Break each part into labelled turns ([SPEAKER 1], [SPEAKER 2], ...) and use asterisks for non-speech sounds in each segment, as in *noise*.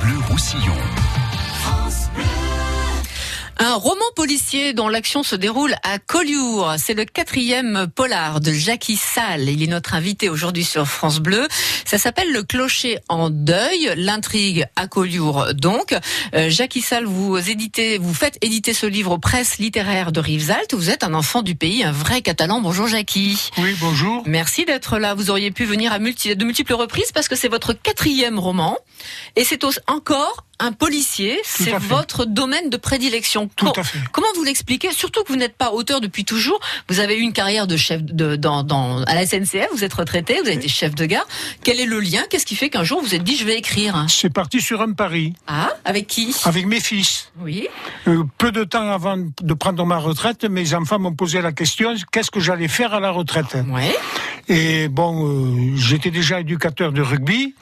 [SPEAKER 1] Bleu Roussillon.
[SPEAKER 2] Un roman policier dont l'action se déroule à Collioure. C'est le quatrième polar de Jackie Salle. Il est notre invité aujourd'hui sur France Bleu. Ça s'appelle Le clocher en deuil. L'intrigue à Collioure, donc. Euh, Jackie Salle, vous éditez, vous faites éditer ce livre aux presses littéraires de Rivesaltes. Vous êtes un enfant du pays, un vrai catalan. Bonjour Jackie.
[SPEAKER 3] Oui, bonjour.
[SPEAKER 2] Merci d'être là. Vous auriez pu venir à multi- de multiples reprises parce que c'est votre quatrième roman. Et c'est au- encore un policier.
[SPEAKER 3] à
[SPEAKER 2] C'est
[SPEAKER 3] fait.
[SPEAKER 2] votre domaine de prédilection.
[SPEAKER 3] Tout
[SPEAKER 2] Com-
[SPEAKER 3] à fait.
[SPEAKER 2] Comment vous l'expliquez Surtout que vous n'êtes pas auteur depuis toujours. Vous avez eu une carrière de chef de, dans, dans- à la SNCF, vous êtes retraité, vous avez été chef de gare. Quel est le lien Qu'est-ce qui fait qu'un jour vous vous êtes dit je vais écrire
[SPEAKER 3] C'est parti sur un pari
[SPEAKER 2] Ah, avec qui
[SPEAKER 3] avec mes fils.
[SPEAKER 2] Oui.
[SPEAKER 3] Euh, peu de temps avant de prendre ma retraite, mes enfants m'ont posé la question qu'est-ce que j'allais faire à la retraite
[SPEAKER 2] Ouais.
[SPEAKER 3] Et bon, euh, j'étais déjà éducateur de rugby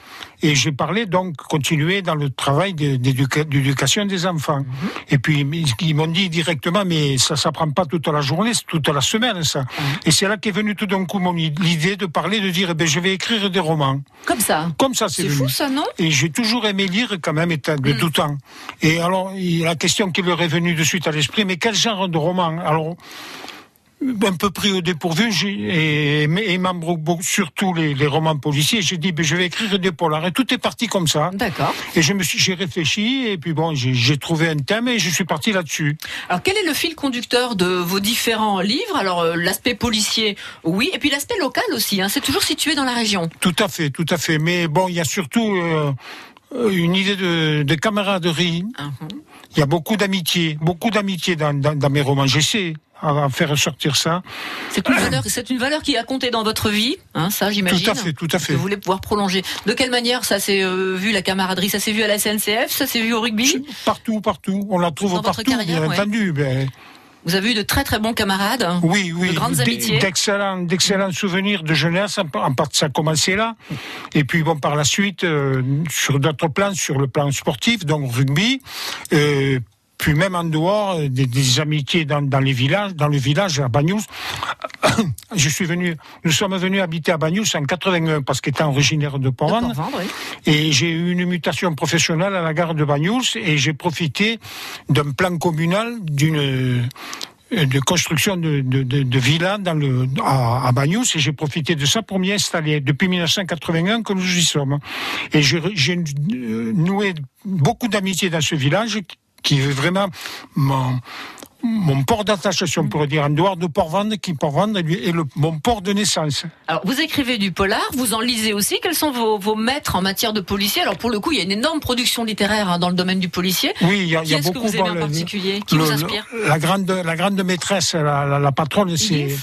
[SPEAKER 3] et j'ai parlé donc continuer dans le travail de- d'éduca- d'éducation des enfants. Et puis ils- ils m'ont dit directement mais ça s'apprend pas toute la journée, c'est toute la semaine ça. Et c'est là qu'est venue tout d'un coup mon i- l'idée de parler, de dire eh ben je vais écrire des romans.
[SPEAKER 2] Comme ça.
[SPEAKER 3] Comme ça c'est
[SPEAKER 2] C'est
[SPEAKER 3] venu.
[SPEAKER 2] fou ça, non
[SPEAKER 3] Et j'ai toujours aimé lire quand même, étant de tout temps. Et alors, il- la question qui leur est venue de suite à l'esprit, mais quel genre de roman Alors, un peu pris au dépourvu, j'ai- et et aimant beaucoup- surtout les, les romans policiers, j'ai dit, ben, je vais écrire des polars. Et tout est parti comme ça.
[SPEAKER 2] D'accord.
[SPEAKER 3] Et je me suis, j'ai réfléchi, et puis bon, j'ai j'ai trouvé un thème, et je suis parti là-dessus.
[SPEAKER 2] Alors quel est le fil conducteur de vos différents livres Alors euh, l'aspect policier, oui, et puis l'aspect local aussi. hein. C'est toujours situé dans la région.
[SPEAKER 3] Tout à fait, tout à fait. Mais bon, il y a surtout euh, une idée de, de camaraderie.
[SPEAKER 2] Hein.
[SPEAKER 3] Il y a beaucoup d'amitié, beaucoup d'amitié dans, dans- dans mes romans. J'essaie à à faire sortir ça.
[SPEAKER 2] C'est une valeur, c'est une valeur qui a compté dans votre vie, hein, ça j'imagine.
[SPEAKER 3] Tout à fait, tout à
[SPEAKER 2] que
[SPEAKER 3] fait.
[SPEAKER 2] vous voulez pouvoir prolonger. De quelle manière ça s'est euh, vu la camaraderie Ça s'est vu à la SNCF Ça s'est vu au rugby
[SPEAKER 3] Partout, partout. On la trouve
[SPEAKER 2] Dans votre
[SPEAKER 3] partout,
[SPEAKER 2] carrière,
[SPEAKER 3] bien
[SPEAKER 2] ouais.
[SPEAKER 3] entendu. Ben,
[SPEAKER 2] Vous avez eu de très très bons camarades hein.
[SPEAKER 3] oui, oui.
[SPEAKER 2] grandes
[SPEAKER 3] d-
[SPEAKER 2] amitiés.
[SPEAKER 3] D'excellents, d'excellents souvenirs de jeunesse. En, par- en part, ça a commencé là. Et puis, bon, par la suite, euh, sur d'autres plans, sur le plan sportif, donc rugby. euh, puis même en dehors, euh, des, des amitiés dans, dans les villages, dans le village à Bagnous. *coughs* Je suis venu, nous sommes venus habiter à Bagnous en 81 parce qu'étant originaire de
[SPEAKER 2] de
[SPEAKER 3] Port-Anne,
[SPEAKER 2] Port-Vendre, oui.
[SPEAKER 3] Et j'ai eu une mutation professionnelle à la gare de Bagnous et j'ai profité d'un plan communal d'une euh, de construction de, de, de- de villas dans le, à, à Bagnous et j'ai profité de ça pour m'y installer depuis 1981 que nous y sommes. Et j'ai re- j'ai euh, noué beaucoup d'amitié dans ce village qui est vraiment mon, mon port d'attachation, pour dire, en dehors de Port-Vendre, qui Port-Vendre est le- mon port de naissance.
[SPEAKER 2] Alors vous écrivez du polar, vous en lisez aussi. Quels sont vos, vos maîtres en matière de policier Alors pour le coup, il y a une énorme production littéraire hein, dans le domaine du policier.
[SPEAKER 3] Oui, il y a, il
[SPEAKER 2] Qui
[SPEAKER 3] y a
[SPEAKER 2] est-ce que
[SPEAKER 3] beaucoup
[SPEAKER 2] vous aimez
[SPEAKER 3] dans
[SPEAKER 2] en
[SPEAKER 3] le-
[SPEAKER 2] particulier Qui
[SPEAKER 3] Le-
[SPEAKER 2] vous
[SPEAKER 3] le-
[SPEAKER 2] inspire
[SPEAKER 3] la, grande, la grande maîtresse, la, la, la patronne, c'est.
[SPEAKER 2] Edith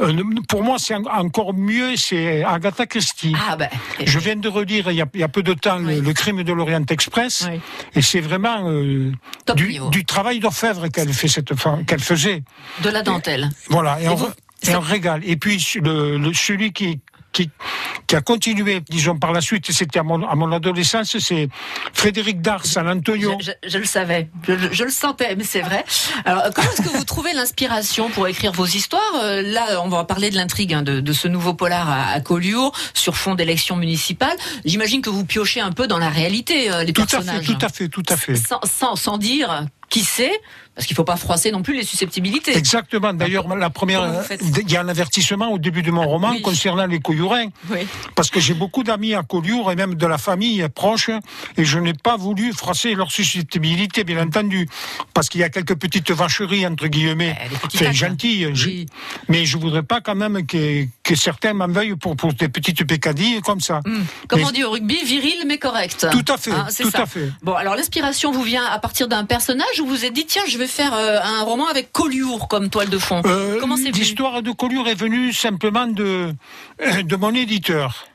[SPEAKER 3] Euh, pour moi, c'est en- encore mieux, c'est Agatha Christie.
[SPEAKER 2] Ah ben.
[SPEAKER 3] Je viens de relire il y a, il y a peu de temps
[SPEAKER 2] Oui.
[SPEAKER 3] le, le crime de l'Orient Express,
[SPEAKER 2] Oui.
[SPEAKER 3] et c'est vraiment euh,
[SPEAKER 2] Top
[SPEAKER 3] du,
[SPEAKER 2] niveau.
[SPEAKER 3] du travail d'orfèvre qu'elle fait cette femme- qu'elle faisait.
[SPEAKER 2] De la dentelle.
[SPEAKER 3] Voilà, et, on,
[SPEAKER 2] vous-
[SPEAKER 3] re- et on régale. Et puis le, le- celui qui, qui, qui a continué, disons par la suite, c'était à mon, à mon adolescence, c'est Frédéric Dars
[SPEAKER 2] Je,
[SPEAKER 3] à l'Antonio.
[SPEAKER 2] je- je le savais, je, je- je le sentais, mais c'est vrai. Alors, euh, comment est-ce que vous trouvez l'inspiration pour écrire vos histoires Euh, Là, on va parler de l'intrigue hein, de, de ce nouveau polar à, à Collioure sur fond d'élections municipales. J'imagine que vous piochez un peu dans la réalité euh, les
[SPEAKER 3] Tout à fait,
[SPEAKER 2] personnages.
[SPEAKER 3] tout à fait, tout à fait.
[SPEAKER 2] Sans, sans, sans dire qui c'est, parce qu'il faut pas froisser non plus les susceptibilités.
[SPEAKER 3] *laughs* Exactement. D'ailleurs, la
[SPEAKER 2] Comment
[SPEAKER 3] première,
[SPEAKER 2] vous faites
[SPEAKER 3] il y a un avertissement au début de mon roman
[SPEAKER 2] oui.
[SPEAKER 3] concernant les Colliourins,
[SPEAKER 2] Oui.
[SPEAKER 3] parce que j'ai beaucoup d'amis à Collioure et même de la famille proche, et je n'ai pas voulu froisser leur susceptibilité, bien entendu, parce qu'il y a quelques petites vacheries entre guillemets.
[SPEAKER 2] Eh, les petits
[SPEAKER 3] C'est
[SPEAKER 2] tacs,
[SPEAKER 3] gentil, je-
[SPEAKER 2] Oui.
[SPEAKER 3] mais je voudrais pas quand même que, que certains m'en veuillent pour, pour des petites pécadilles comme ça.
[SPEAKER 2] Hmm. Comme
[SPEAKER 3] Mais-
[SPEAKER 2] on dit au rugby, viril mais correct.
[SPEAKER 3] Tout à fait,
[SPEAKER 2] Hein, c'est
[SPEAKER 3] tout
[SPEAKER 2] ça.
[SPEAKER 3] à fait.
[SPEAKER 2] Bon, alors l'inspiration vous vient à partir d'un personnage où vous vous êtes dit tiens, je vais faire euh, un roman avec Collioure comme toile de fond.
[SPEAKER 3] Euh,
[SPEAKER 2] Comment c'est venu
[SPEAKER 3] L'histoire de Collioure est venue simplement de, euh, de mon éditeur,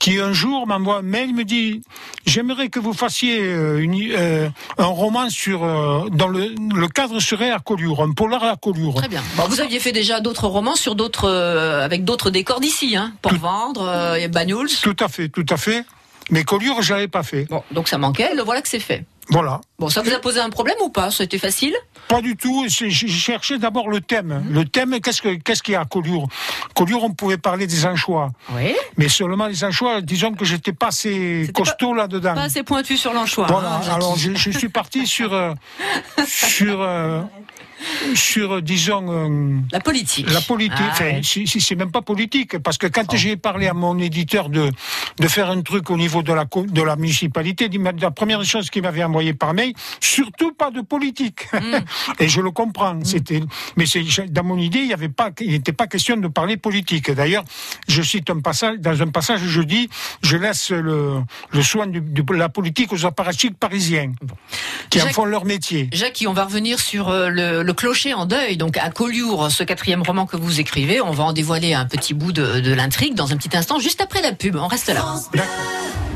[SPEAKER 3] qui un jour m'envoie un mail, me dit J'aimerais que vous fassiez euh, une- euh, un roman sur, euh, dans le, le cadre serait à Collioure, un polar à Collioure.
[SPEAKER 2] Très bien. Bon, vous aviez fait déjà d'autres romans sur d'autres euh, avec d'autres décors d'ici, hein, pour vendre et Bagnouls.
[SPEAKER 3] Tout à fait, tout à fait. Mais Collioure, je l'avais pas fait.
[SPEAKER 2] Bon, donc ça manquait. Le voilà que c'est fait.
[SPEAKER 3] Voilà.
[SPEAKER 2] Bon, ça vous a posé un problème ou pas Ça a été facile
[SPEAKER 3] Pas du tout. C'est- J'ai cherché d'abord le thème.
[SPEAKER 2] Mhm.
[SPEAKER 3] Le thème, qu'est-ce que- qu'est-ce qu'il y a à Collioure Collioure, on pouvait parler des anchois.
[SPEAKER 2] Oui.
[SPEAKER 3] Mais seulement les anchois, disons que j'étais pas assez
[SPEAKER 2] C'était pas-
[SPEAKER 3] costaud là-dedans.
[SPEAKER 2] Pas assez pointu sur l'anchois.
[SPEAKER 3] Voilà,
[SPEAKER 2] hein, Jackie.
[SPEAKER 3] alors je, je suis parti sur, euh, sur, euh, sur euh, disons, euh,
[SPEAKER 2] La politique.
[SPEAKER 3] la politique.
[SPEAKER 2] Ah,
[SPEAKER 3] Enfin,
[SPEAKER 2] ouais. Oh.
[SPEAKER 3] si- si- c'est même pas politique, parce que quand j'ai parlé à mon éditeur de, de faire un truc au niveau de la, co- de la municipalité, il m'a- la première chose qu'il m'avait envoyé par mail, surtout pas de politique.
[SPEAKER 2] Hmm.
[SPEAKER 3] *laughs* Et je le comprends. C'était, mais c'est, j'ai- dans mon idée, il n'y avait pas, il n'était pas question de parler politique. D'ailleurs, je cite un passage, dans un passage, je dis, je laisse le, le soin du- de la politique aux apparatchiks parisiens, qui en
[SPEAKER 2] Jacques-
[SPEAKER 3] font leur métier.
[SPEAKER 2] Jackie, on va revenir sur euh, le, le clocher en deuil, donc à Collioure, ce quatrième roman que vous écrivez. On va en dévoiler un petit bout de, de l'intrigue dans un petit instant, juste après la pub. On reste là.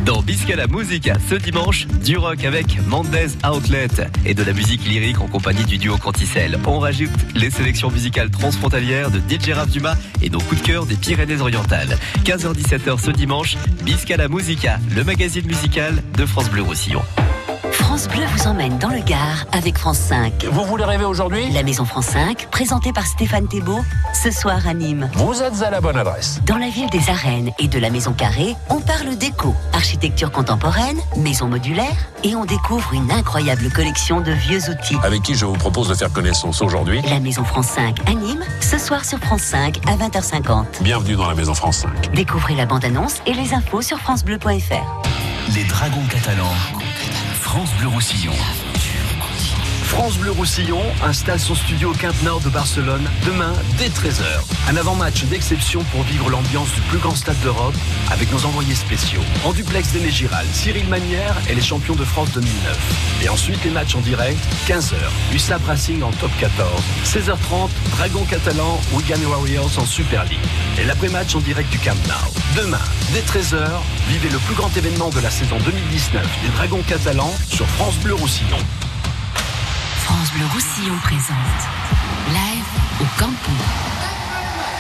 [SPEAKER 1] Dans Bisca la Musica ce dimanche, du rock avec Mendez Outlet et de la musique lyrique en compagnie du duo Canticel. On rajoute les sélections musicales transfrontalières de DJ Rav Dumas et nos coups de cœur des Pyrénées-Orientales. 15h-17h ce dimanche, Bisca la Musica, le magazine musical de France Bleu Roussillon.
[SPEAKER 4] France Bleu vous emmène dans le Gard avec France 5.
[SPEAKER 5] Vous voulez rêver aujourd'hui
[SPEAKER 4] La Maison France 5, présentée par Stéphane Thébault, ce soir à Nîmes.
[SPEAKER 5] Vous êtes à la bonne adresse.
[SPEAKER 4] Dans la ville des arènes et de la Maison Carrée, on parle déco, architecture contemporaine, maison modulaire, et on découvre une incroyable collection de vieux outils.
[SPEAKER 5] Avec qui je vous propose de faire connaissance aujourd'hui
[SPEAKER 4] La Maison France 5 à Nîmes, ce soir sur France 5 à 20h50.
[SPEAKER 5] Bienvenue dans la Maison France 5.
[SPEAKER 4] Découvrez la bande-annonce et les infos sur francebleu.fr.
[SPEAKER 6] Les Dragons Catalans. France Bleu Roussillon. France Bleu Roussillon installe son studio au Camp Nord de Barcelone demain dès 13h. Un avant-match d'exception pour vivre l'ambiance du plus grand stade d'Europe avec nos envoyés spéciaux. En duplex Déné Giral, Cyril Manière et les champions de France 2009. Et ensuite les matchs en direct, 15h, USAP Racing en top 14, 16h30, Dragons Catalans, Wigan Warriors en Super League. Et l'après-match en direct du Camp Nou. Demain, dès 13h, vivez le plus grand événement de la saison 2019 des Dragons Catalans sur France Bleu Roussillon.
[SPEAKER 7] France Bleu Roussillon présente Live au Campo.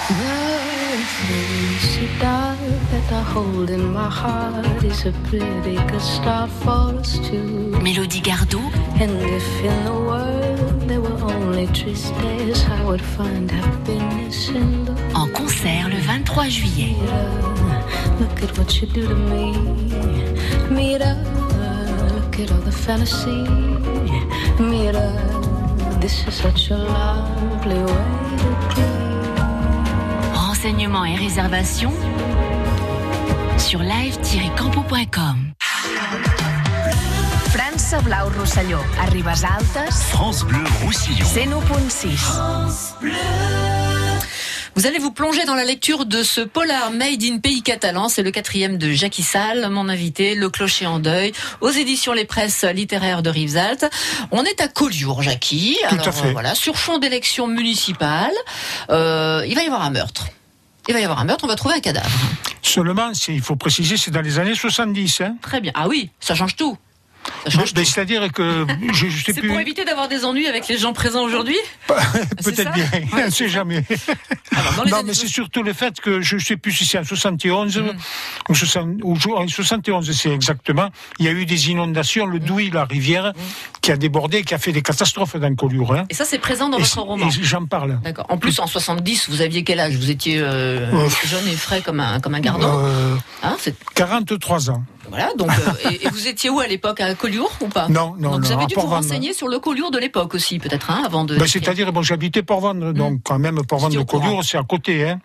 [SPEAKER 8] The face you die that I hold in my heart is a pretty good start for us two.
[SPEAKER 7] Mélodie Gardot,
[SPEAKER 8] And if in the world there were only tristes, I would find happiness in the
[SPEAKER 7] en concert le 23 juillet.
[SPEAKER 8] mirror. Look at what you do to me, Mira. Look at all the fantasy, Mira. This is such a lovely way to be.
[SPEAKER 7] Renseignements et réservations sur live-campo.com.
[SPEAKER 9] França Blau Rosselló, a Ribes Altes,
[SPEAKER 6] France Bleu Roussillon.
[SPEAKER 9] 101.6.
[SPEAKER 2] Vous allez vous plonger dans la lecture de ce polar made in pays catalan. C'est le quatrième de Jackie Salle, mon invité, Le Clocher en deuil, aux éditions Les Presses littéraires de Rivesaltes. On est à Collioure, Jackie.
[SPEAKER 3] Tout
[SPEAKER 2] Alors,
[SPEAKER 3] à fait.
[SPEAKER 2] euh, voilà, sur fond d'élection municipale, euh, il va y avoir un meurtre. Il va y avoir un meurtre, on va trouver un cadavre.
[SPEAKER 3] Seulement, c'est- il faut préciser, c'est dans les années 70. Hein.
[SPEAKER 2] Très bien. Ah oui, ça change tout. Ça
[SPEAKER 3] Mais-
[SPEAKER 2] change
[SPEAKER 3] mais
[SPEAKER 2] tout.
[SPEAKER 3] ben, C'est-à-dire que je ne sais
[SPEAKER 2] C'est pour
[SPEAKER 3] plus.
[SPEAKER 2] éviter d'avoir des ennuis avec les gens présents
[SPEAKER 3] *laughs*
[SPEAKER 2] aujourd'hui c'est ça
[SPEAKER 3] Peut-être bien, *laughs* on ne sait jamais.
[SPEAKER 2] Alors, dans les
[SPEAKER 3] Non,
[SPEAKER 2] années
[SPEAKER 3] mais c'est surtout le fait que je ne sais plus si c'est en 71
[SPEAKER 2] Mm.
[SPEAKER 3] ou, 60 ou jo- en 71, c'est exactement. Il y a eu des inondations,
[SPEAKER 2] Mm.
[SPEAKER 3] le Douy, la rivière, qui a débordé, qui a fait des catastrophes dans Collioure. hein.
[SPEAKER 2] Et ça, c'est présent Mm. dans
[SPEAKER 3] Et
[SPEAKER 2] votre
[SPEAKER 3] c'est-
[SPEAKER 2] roman.
[SPEAKER 3] et j'en parle.
[SPEAKER 2] D'accord. En plus, en 70, vous aviez quel âge Vous étiez euh,
[SPEAKER 3] Euh,
[SPEAKER 2] jeune et frais comme un, comme un gardon.
[SPEAKER 3] Euh,
[SPEAKER 2] Hein, c'est-
[SPEAKER 3] 43 ans.
[SPEAKER 2] voilà, donc, euh, et, et vous étiez où à l'époque À Collioure ou pas
[SPEAKER 3] Non,
[SPEAKER 2] Donc
[SPEAKER 3] non, non,
[SPEAKER 2] vous avez
[SPEAKER 3] à
[SPEAKER 2] dû vous
[SPEAKER 3] Port-Vendres.
[SPEAKER 2] renseigner sur le Collioure de l'époque aussi, peut-être, hein, avant de.
[SPEAKER 3] Ben, C'est-à-dire, bon, j'habitais Port-Vendre,
[SPEAKER 2] Mm.
[SPEAKER 3] donc quand même,
[SPEAKER 2] J'étais au courant.
[SPEAKER 3] Port-Vendre-Collioure, c'est à côté. Hein.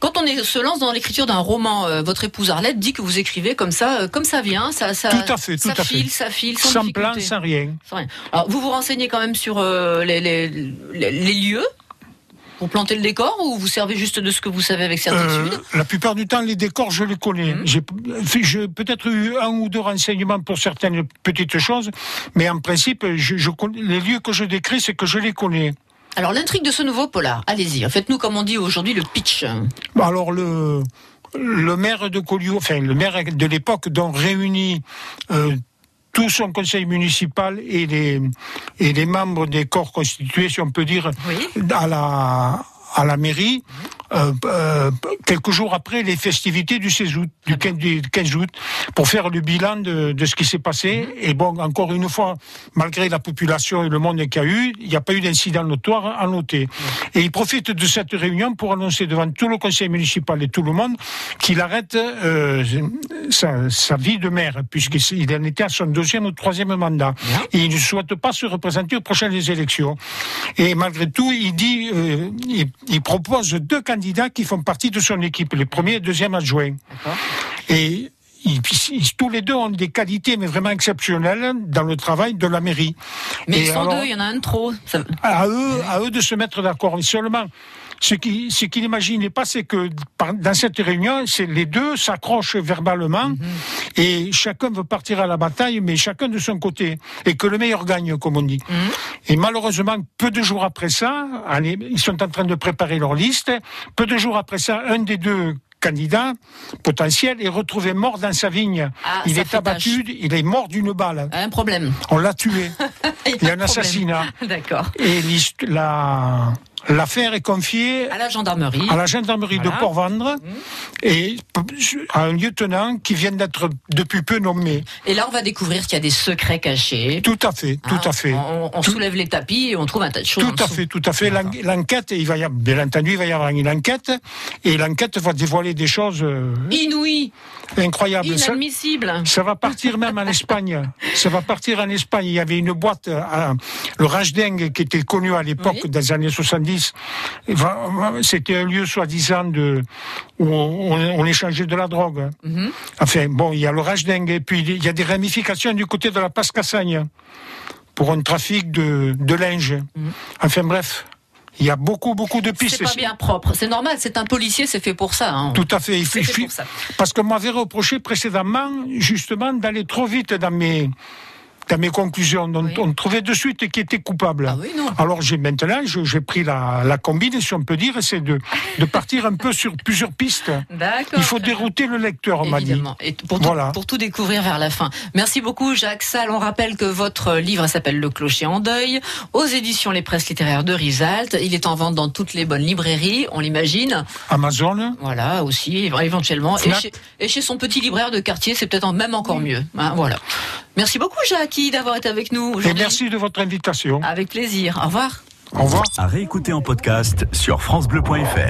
[SPEAKER 2] Quand on est- se lance dans l'écriture d'un roman, euh, votre épouse Arlette dit que vous écrivez comme ça, euh, comme ça vient, ça, ça,
[SPEAKER 3] Tout à fait, tout
[SPEAKER 2] ça
[SPEAKER 3] à
[SPEAKER 2] file,
[SPEAKER 3] fait.
[SPEAKER 2] ça file, sans,
[SPEAKER 3] Sans
[SPEAKER 2] difficulté.
[SPEAKER 3] plan, sans rien.
[SPEAKER 2] Sans rien. Alors, vous vous renseignez quand même sur euh, les, les- les- les lieux pour planter le décor ou vous servez juste de ce que vous savez avec certitude
[SPEAKER 3] Euh, la plupart du temps, les décors, je les connais. J'ai fait- J'ai peut-être eu un ou deux renseignements pour certaines petites choses, mais en principe, je, je connais- les lieux que je décris, c'est que je les connais.
[SPEAKER 2] Alors l'intrigue de ce nouveau polar, allez-y, faites-nous comme on dit aujourd'hui le pitch.
[SPEAKER 3] Bon, Bah, Alors, le, le maire de Collioure, enfin, le maire de l'époque, dont réunit euh, tout son conseil municipal et les, et les membres des corps constitués, si on peut dire,
[SPEAKER 2] Oui.
[SPEAKER 3] à la, à la mairie euh, euh, quelques jours après les festivités du 16 août, du 15, du 15 août, pour faire le bilan de, de ce qui s'est passé. Et bon, encore une fois, malgré la population et le monde qu'il y a eu, il n'y a pas eu d'incident notoire à noter. Et il profite de cette réunion pour annoncer devant tout le conseil municipal et tout le monde qu'il arrête euh, sa, sa vie de maire, puisqu'il en était à son deuxième ou troisième mandat. Et il ne souhaite pas se représenter aux prochaines élections. Et malgré tout, il dit, euh, il, il propose deux candidats qui font partie de son équipe, le premier et le deuxième adjoint. Et ils- ils- tous les deux ont des qualités, mais vraiment exceptionnelles, dans le travail de la mairie.
[SPEAKER 2] Mais
[SPEAKER 3] Et
[SPEAKER 2] ils sont
[SPEAKER 3] alors-
[SPEAKER 2] deux, il y en a un de trop. Ça-
[SPEAKER 3] Ah, à eux, à eux de se mettre d'accord. Mais Seulement, ce qui, ce qu'il n'imaginait pas, c'est que par- dans cette réunion, c'est les deux s'accrochent
[SPEAKER 2] Mhm.
[SPEAKER 3] verbalement et chacun veut partir à la bataille, mais chacun de son côté et que le meilleur gagne, comme on dit.
[SPEAKER 2] Mhm.
[SPEAKER 3] Et malheureusement, peu de jours après ça, allez, ils sont en train de préparer leur liste. Peu de jours après ça, un des deux candidats potentiels est retrouvé mort dans sa vigne.
[SPEAKER 2] Ah,
[SPEAKER 3] il
[SPEAKER 2] ça
[SPEAKER 3] est
[SPEAKER 2] fait
[SPEAKER 3] abattu, il est mort d'une balle.
[SPEAKER 2] Ah, Un problème.
[SPEAKER 3] On l'a tué.
[SPEAKER 2] *laughs* Il y a
[SPEAKER 3] Il y a un
[SPEAKER 2] problème.
[SPEAKER 3] assassinat.
[SPEAKER 2] *laughs* D'accord.
[SPEAKER 3] Et l'hist- la- l'affaire est confiée
[SPEAKER 2] À la gendarmerie.
[SPEAKER 3] à la gendarmerie
[SPEAKER 2] Voilà.
[SPEAKER 3] de Port-Vendre et à un lieutenant qui vient d'être depuis peu nommé.
[SPEAKER 2] Et là, on va découvrir qu'il y a des secrets cachés.
[SPEAKER 3] Tout à fait, tout
[SPEAKER 2] Hein,
[SPEAKER 3] à fait.
[SPEAKER 2] On, on
[SPEAKER 3] Tout-
[SPEAKER 2] soulève les tapis et on trouve un tas de choses. en
[SPEAKER 3] Tout à
[SPEAKER 2] dessous.
[SPEAKER 3] fait, tout à fait. L'en- L'enquête, il va y avoir- bien entendu, il va y avoir une enquête, et l'enquête va dévoiler des choses euh,
[SPEAKER 2] Inouï,
[SPEAKER 3] incroyables. Ça-
[SPEAKER 2] inadmissible.
[SPEAKER 3] Ça va partir même en Espagne. Ça va partir en Espagne. Il y avait une boîte, à- le Rajdengue, qui était connu à l'époque
[SPEAKER 2] Oui.
[SPEAKER 3] des années 70. Et va- va- C'était un lieu soi-disant de où on, on échangeait de la drogue.
[SPEAKER 2] Mm-hmm.
[SPEAKER 3] Enfin, bon, il y a le Rajdengue et puis il y a des ramifications du côté de la Passe Cassagne pour un trafic de, de linge. Enfin bref, il y a beaucoup, beaucoup de pistes.
[SPEAKER 2] Mm-hmm. C'est pas bien propre. C'est normal, c'est un policier, c'est fait pour ça. hein.
[SPEAKER 3] Tout à fait. Il
[SPEAKER 2] C'est
[SPEAKER 3] faut-
[SPEAKER 2] fait
[SPEAKER 3] il faut-
[SPEAKER 2] pour ça.
[SPEAKER 3] Parce qu'on m'avait reproché précédemment, justement, d'aller trop vite dans mes, dans mes conclusions. On,
[SPEAKER 2] Oui.
[SPEAKER 3] on trouvait de suite qui était coupable.
[SPEAKER 2] Ah oui, non.
[SPEAKER 3] Alors j'ai maintenant, je- j'ai pris la, la combine, si on peut dire, c'est de, de partir un peu sur plusieurs pistes.
[SPEAKER 2] D'accord.
[SPEAKER 3] Il faut dérouter le lecteur, on m'a dit.
[SPEAKER 2] Évidemment. Et pour, tout,
[SPEAKER 3] Voilà.
[SPEAKER 2] pour tout découvrir vers la fin. Merci beaucoup, Jacques Salle. On rappelle que votre livre s'appelle Le Clocher en deuil, aux éditions Les Presses littéraires de Risalte. Il est en vente dans toutes les bonnes librairies, on l'imagine.
[SPEAKER 3] Amazon,
[SPEAKER 2] Voilà, aussi, éventuellement. Et
[SPEAKER 3] Fnac.
[SPEAKER 2] chez, et chez son petit libraire de quartier, c'est peut-être en- même encore mieux. Hein, voilà. Merci beaucoup, Jacques, d'avoir été avec nous
[SPEAKER 3] et
[SPEAKER 2] aujourd'hui.
[SPEAKER 3] merci de votre
[SPEAKER 2] Ah.
[SPEAKER 3] invitation.
[SPEAKER 2] Avec plaisir. Au revoir.
[SPEAKER 3] Au revoir.
[SPEAKER 6] À réécouter en podcast sur FranceBleu.fr.